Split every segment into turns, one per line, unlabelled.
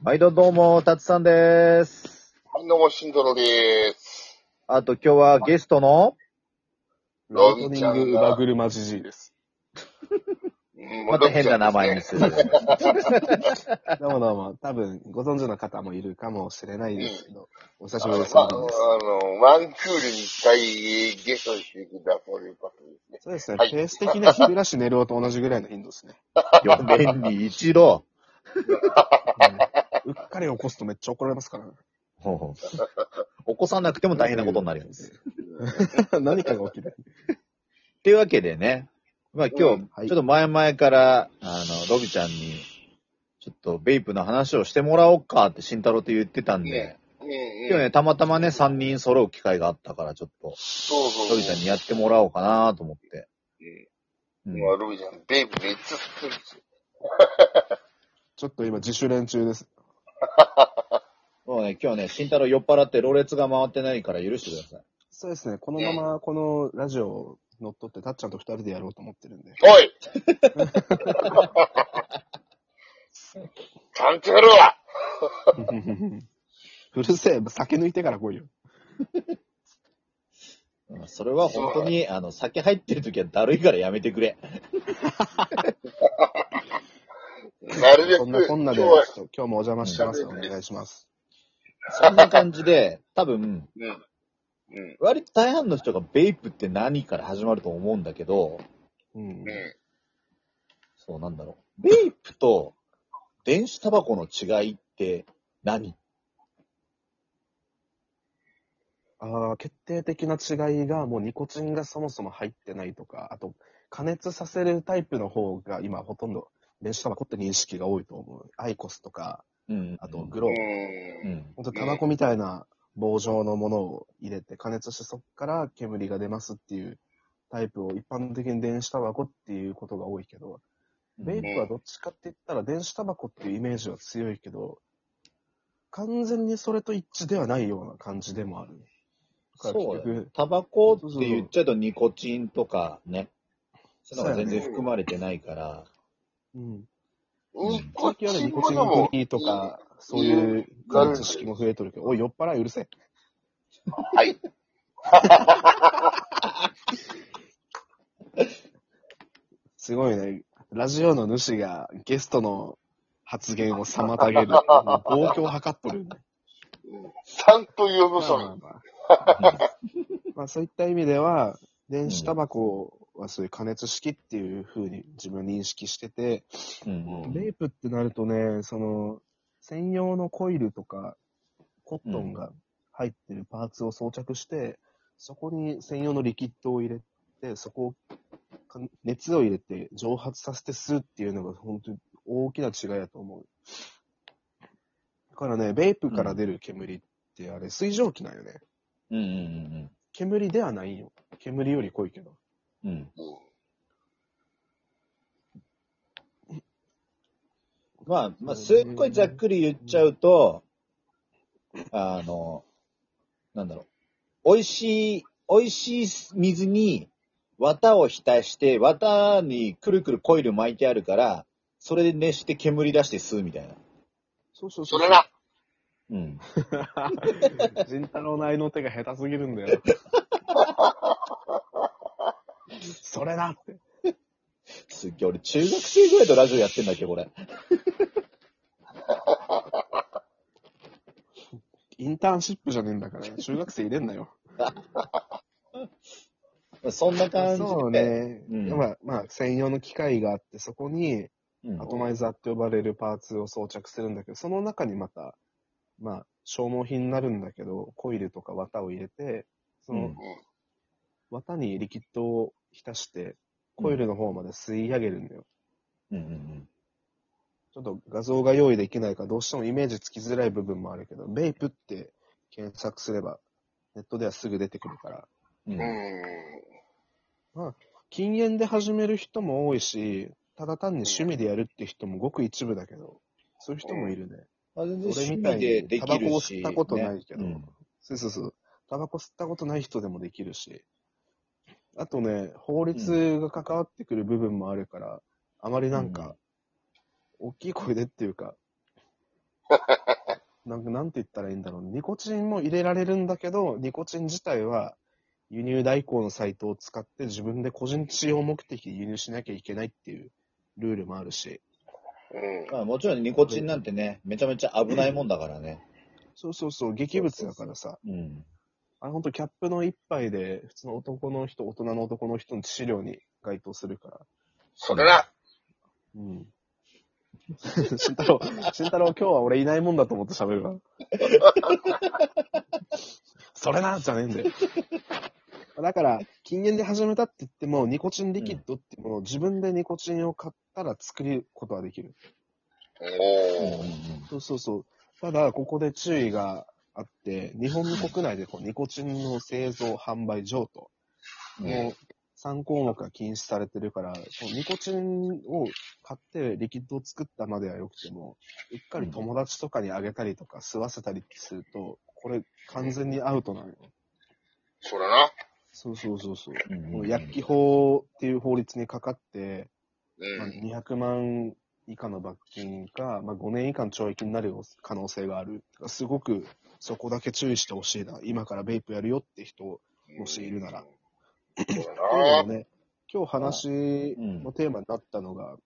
毎度どうも、たつさんです。
はい、どうも、しんぞろでーす。
あと今日はゲストの、
ロ
ロ
ビ
ー
ン
リ
ちゃんが
ング馬車じじいです。
うん
また変な名前にす。る。
どうもどうも、多分ご存知の方もいるかもしれないですけど、お久し
あ
ぶ
の
り
ま
で。
すああ
ロビンです
の、ワンクールに一回ゲストにしてくださることですね。
そうですね、
はい
ペース的には日暮らし寝るおと同じぐらいの頻度 ですね。
4年に一度。
うんうっかり起こすとめっちゃ怒られますから ね。
ほうほう起こさなくても大変なことになります。。
何かが起きる。
っていうわけでね、まあ今
うんは
日、
い
ちょっと前々から、あの、ロビちゃんに、ちょっとベイプの話をしてもらおうかって慎太郎と言ってたんで
ね、うんうん。
今日ね、たまたまね、3人揃う機会があったから、ちょっと、
そうそうそ
ロ
う。
ビちゃんにやってもらおうかなと思って。うん
今、ロビちゃん、ベイブめっちゃ好きですよ。
ちょっと今自主練中です。
もうね、今日ね、慎太郎酔っ払って、ろれつが回ってないから許してください。
そうですね、このままこのラジオを乗っ取って、たっちゃんと二人でやろうと思って るんで。
おいちゃんとやるわ
うるせえ、酒抜いてから来いよ。
うんそれは本当に、あの、酒入ってる時はだるいからやめてくれ。
なるべく、
そんなこんなで、ち
今日は
ょっと今日もお邪魔します。お願いします。
そんな感じで、 多分、
うん。うん。
割と大半の人がベイプって何から始まると思うんだけど、
うん
うん。
そうなんだろう。ベイプと電子タバコの違いって何
ああ、決定的な違いが、もうニコチンがそもそも入ってないとか、あと、加熱させるタイプの方が今ほとんど、電子タバコって認識が多いと思う。アイコスとか、
うん。
あとグロー、
う
うん。
ん。
ほんとタバコみたいな棒状のものを入れて加熱してそっから煙が出ますっていうタイプを一般的に電子タバコっていうことが多いけど、ベイプはどっちかって言ったら電子タバコっていうイメージは強いけど、完全にそれと一致ではないような感じでもある。だから
そう
結
だね
局。
タバコって言っちゃうとニコチンとかね。そういうのが全然含まれてないから。
うん。
ニコチ
最近はね、
ン
ニコチン
も
グリーとか、そういう知識も増えとるけど、おい、酔っ払い、うるせえ。
はい。
すごいね、ラジオの主がゲストの発言を妨げる。暴挙を図っとる、ね。
ちゃんと言う
ま
の
あ
さ
ま。あまあまあそういった意味では、電子タバコはそういう加熱式っていう風に自分は認識してて、
うんうん
レイプってなるとね、その、専用のコイルとか、コットンが入ってるパーツを装着して、そこに専用のリキッドを入れて、そこをか、熱を入れて蒸発させて吸うっていうのが本当に大きな違いだと思う。だからね、ベイプから出る煙ってあれ、水蒸気なんよね。
うんうん
煙ではないよ。煙より濃いけど。
うんうん。まあ、まあ、すっごいざっくり言っちゃうと、あの、なんだろう。美味しい、美味しい水に綿を浸して、綿にくるくるコイル巻いてあるから、それで熱して煙出して吸うみたいな。
そうそう
そ
そ。
うれな。
うん。
仁太郎の愛の手が下手すぎるんだよ。それなって。
すっげえ、俺中学生ぐらいとラジオやってんだっけ、これ。
インターンシップじゃねえんだから、中学生入れんなよ。
そんな感じで。
そう。ね。
うん
まあ、まあ、専用の機械があって、そこに、
うん
アトマイザーって呼ばれるパーツを装着するんだけど、その中にまた、まあ、消耗品になるんだけど、コイルとか綿を入れて、そ
うん
の綿にリキッドを浸して、コイルの方まで吸い上げるんだよ。
うんうん
ちょっと画像が用意できないから、どうしてもイメージつきづらい部分もあるけど、ベイプって検索すれば、ネットではすぐ出てくるから、
うん。
う
うん
ん。
禁煙で始める人も多いし、ただ単に趣味でやるって人もごく一部だけど、そういう人もいるね。
まあ、全然
俺
趣
みた
味
い
で
に
で
タ
き
バ
るし、
コを吸ったことないけど、
ね
そうそうそう。タバコ吸ったことない人でもできるし、あとね、法律が関わってくる部分もあるから、あまりなんか、大きい声でっていうか、なんか、なんて言ったらいいんだろう。ニコチンも入れられるんだけど、ニコチン自体は輸入代行のサイトを使って自分で個人使用目的で輸入しなきゃいけないっていうルールもあるし、
うん。
まあもちろんニコチンなんてね、めちゃめちゃ危ないもんだからね。
そうそうそう、劇物だからさ、
うん。
あのほんとキャップの一杯で普通の男の人、大人の男の人の致死量に該当するから。
それな。
うん。慎太郎、慎太郎、今日は俺いないもんだと思って喋るわ。それな、じゃねえんだよ。だから、禁煙で始めたって言っても、ニコチンリキッドっていうものを自分でニコチンを買ったら作ることはできる。
うん
お
うんう
ー。
ん
そうそうそう。ただ、ここで注意があって、日本国内でこうニコチンの製造、販売、譲渡
うん
の3項目が禁止されてるから、そのニコチンを買ってリキッドを作ったまではよくても、うっかり友達とかにあげたりとか吸わせたりすると、これ完全にアウトなのよ。
それな。
そうそうそうそう。
うんうん
この薬機法っていう法律にかかって、ま
う
あ
ん。
200万以下の罰金か、まあ、5年以下の懲役になる可能性がある。すごくそこだけ注意してほしいな。今からベイプやるよって人を。もしいるなら。
そう
っていうの
だ
もね、今日話のテーマになったのが、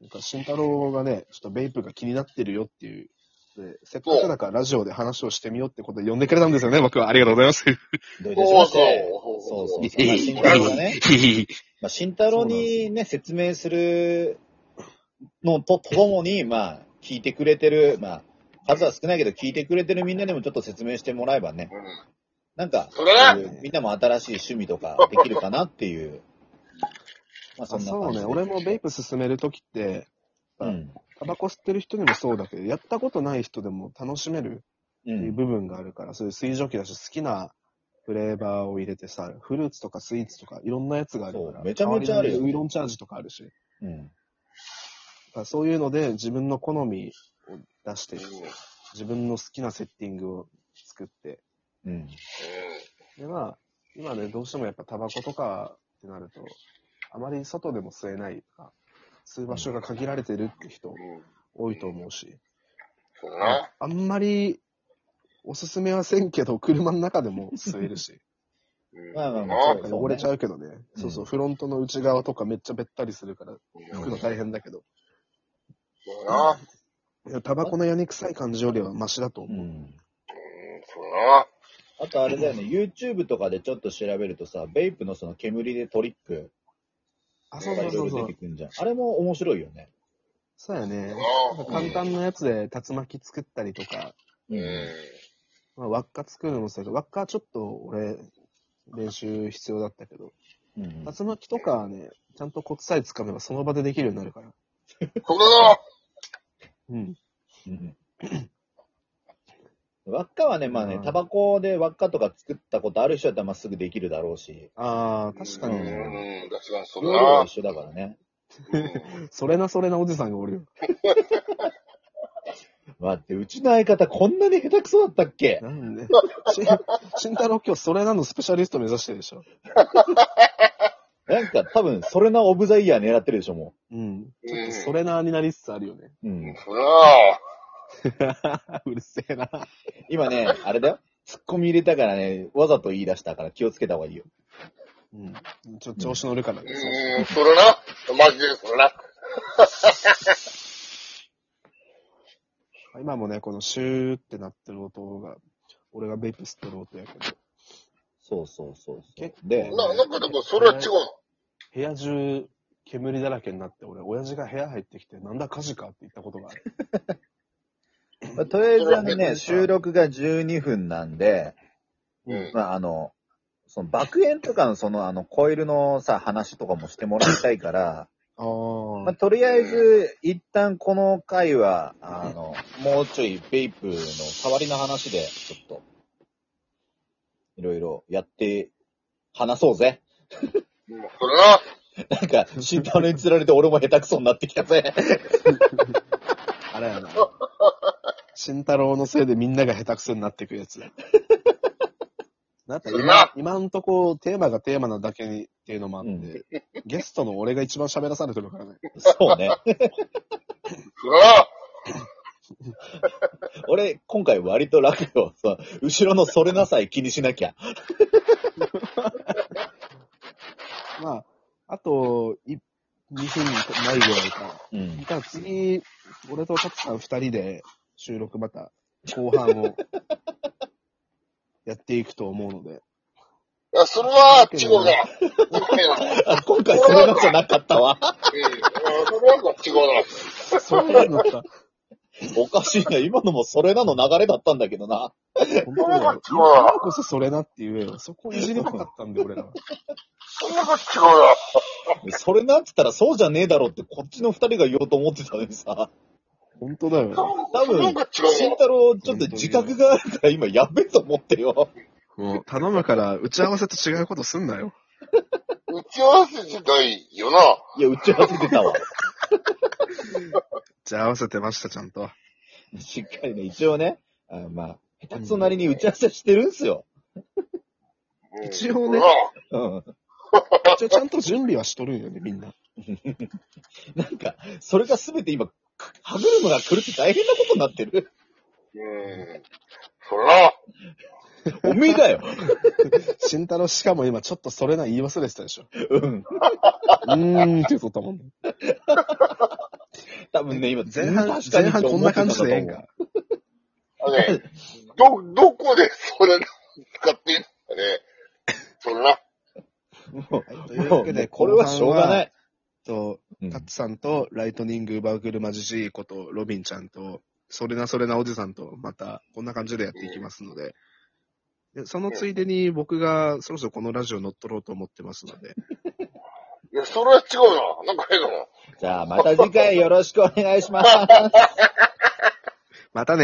なんか慎太郎がね、ちょっとベイプが気になってるよっていう。でせっかくだからラジオで話をしてみようってことで呼んでくれたんですよね、僕は。ありがとうございます。
どういたし
そ
ま
う
して。
そ
そうう
そ
そうう。
そ
そんな慎太郎がね、まあ、慎太郎
そう
にね、説明するのとともに、まあ、聞いてくれてる、まあ、数は少ないけど、聞いてくれてるみんなにもちょっと説明してもらえばね、
う。うん。
なんか、
それな
そういうみんなも新しい趣味とかできるかなっていう。まあ、 そ
あ
んな
そ
感
う
じ
ね、
で。
俺もベイプ進めるときって、
うん。
タバコ吸ってる人にもそうだけど、やったことない人でも楽しめる
う。
っていうん部分があるから、そういう水蒸気だし、好きなフレーバーを入れてさ、フルーツとかスイーツとか、いろんなやつがあるか
そ
ら。
うめちゃめちゃあるよ
代わりにウイロンチャージとかあるし。だ
うん。
からそういうので、自分の好みを出して、
う
自分の好きなセッティングを作って。
うん。
で、まあ、今ね、どうしてもやっぱタバコとかってなると、あまり外でも吸えないとか、吸う場所が限られてるって人
ん。うん。
多いと思うし。
そうだな。
あんまり、おすすめはせんけど、車の中でも吸えるし。
うん
まあまあまあそう
汚れちゃうけどね。
うん
そうそう、フロントの内側とかめっちゃべったりするから、
うん
拭くの大変だけど。
そうだな。
いやタバコの屋根臭い感じよりはマシだと
う
思う。
ん。
うん、そうだな。
あとあれだよね、YouTube とかでちょっと調べるとさ、ベイプのその煙でトリック
あ、そ
と
う
か
そう
いろいう
そそ
ろ出
う
て。くるじゃん。あれも面白いよね。
そうやね。
ああ
簡単なやつで竜巻作ったりとか、
う
うん。
まあ、輪っか作るのもそうやけど、輪っかはちょっと俺、練習必要だったけど、
うん。
竜巻とかはね、ちゃんとコツさえつかめばその場でできるようになるから。
そうだな。
うん。
うん輪っかはね、まあね
う、ん
タバコで輪っかとか作ったことある人だったらまあすぐできるだろうし、
ああ、確か
う
に。
ん、うん確かにそう
容
だ
量は
な。
一緒だからね。
うん
それなそれなおじさんがおるよ。
待って、うちの相方こんなに下手くそだったっけ
なんでし慎太郎今日それなのスペシャリスト目指してるでしょ。
なんか多分、それなオブザイヤー狙ってるでしょ、も
うん。ちょっと
うん
それなになりつつあるよね。
う。う
うん
ん。
そうだな。
うるせえな。
今 ね、あれだよ。突っ込み入れたからね、わざと言い出したから気をつけた方がいいよ。
うん。ちょっと調子乗るからね。そう
うん、それな。マジでそれな。
今もね、このシューってなってる音が、俺がベイプ吸ってる音やけど、
そうそうそうそう
結。
で、
な、なんかでもそれは違うの。
部屋中煙だらけになって、俺、親父が部屋入ってきて、なんだ火事かって言ったことがある。
まあとりあえずあの
それは
ね、
ね
収録が12分なんで、
うん。
まあ、あの、その爆炎とかのそのあのコイルのさ、話とかもしてもらいたいから、
あ
まあ、
ー。
とりあえず一旦この回は、あの、もうちょいベイプの代わりの話で、ちょっと、いろいろやって、話そうぜ。
うんそれな。
なんか、慎太郎に釣られて俺も下手くそになってきたぜ。
あれや な。慎太郎のせいでみんなが下手くそになってくやつだ。なんか今、今んとこテーマがテーマなだけにっていうのもあって、
うん
ゲストの俺が一番喋らされてるからね。
そうね。
それな。
俺、今回割と楽よ。そう後ろのそれなさえ気にしなきゃ。
まあ、あと、い、2分ないぐらいか。
うん。
じゃあ次、俺とタツさん2人で収録また、後半を、やっていくと思うの で。
いや、それは、違うな。違 うな。
あ、今回それなさなかったわ。
ええそれは違うな。
そんなのだっ
おかしいな。今のもそれなの流れだったんだけどな。
た。本
そ
当だよ。
うなんだ
今こそそれなって言えよ。そこいじりたかっ たんで、俺らは。
それは違うな。
それなっつったらそうじゃねえだろってこっちの二人が言おうと思ってたのにさ。
本当だよ。
多
それ
分
は違うな。、
慎太郎ちょっと自覚があるから今やべえと思ってよ。
もう、頼むから、打ち合わせと違うことすんなよ。
打ち合わせじゃないよな。
いや、打ち合わせてたわ。
じゃあ合わせてました、ちゃんと。
しっかりね、一応ね、あまあ、下手くそなりに打ち合わせしてるんすよ。
うん
一応ね
ほら
うん。
じゃあちゃんと準備はしとるんよね、みんな。
なんか、それが全て今、く歯車が狂って大変なことになってる。
うん。そら、
おめえだよ。
慎太郎しかも今ちょっとそれな言い忘れてたでしょ。
うん。
うーんって言うとったもんね。
多分ね、今、
前半、
確か
前
に
半こんな感じでええん
と思
か。
あ ね、ど、どこでそれ使っていいんだね。そら、
も
はい、と
う。
いう
も
わ
う、も
けで、。
うこれはしょうがないい。
と、
うん
タッツさんと、ライトニングバーグルマジジーこと、ロビンちゃんと、それなそれなおじさんと、また、こんな感じでやっていきますので、でそのついでに僕が、そろそろこのラジオ乗っ取ろうと思ってますので、
いや、それは違うな。なんか変だな。
じゃあ、また次回よろしくお願いします。
またね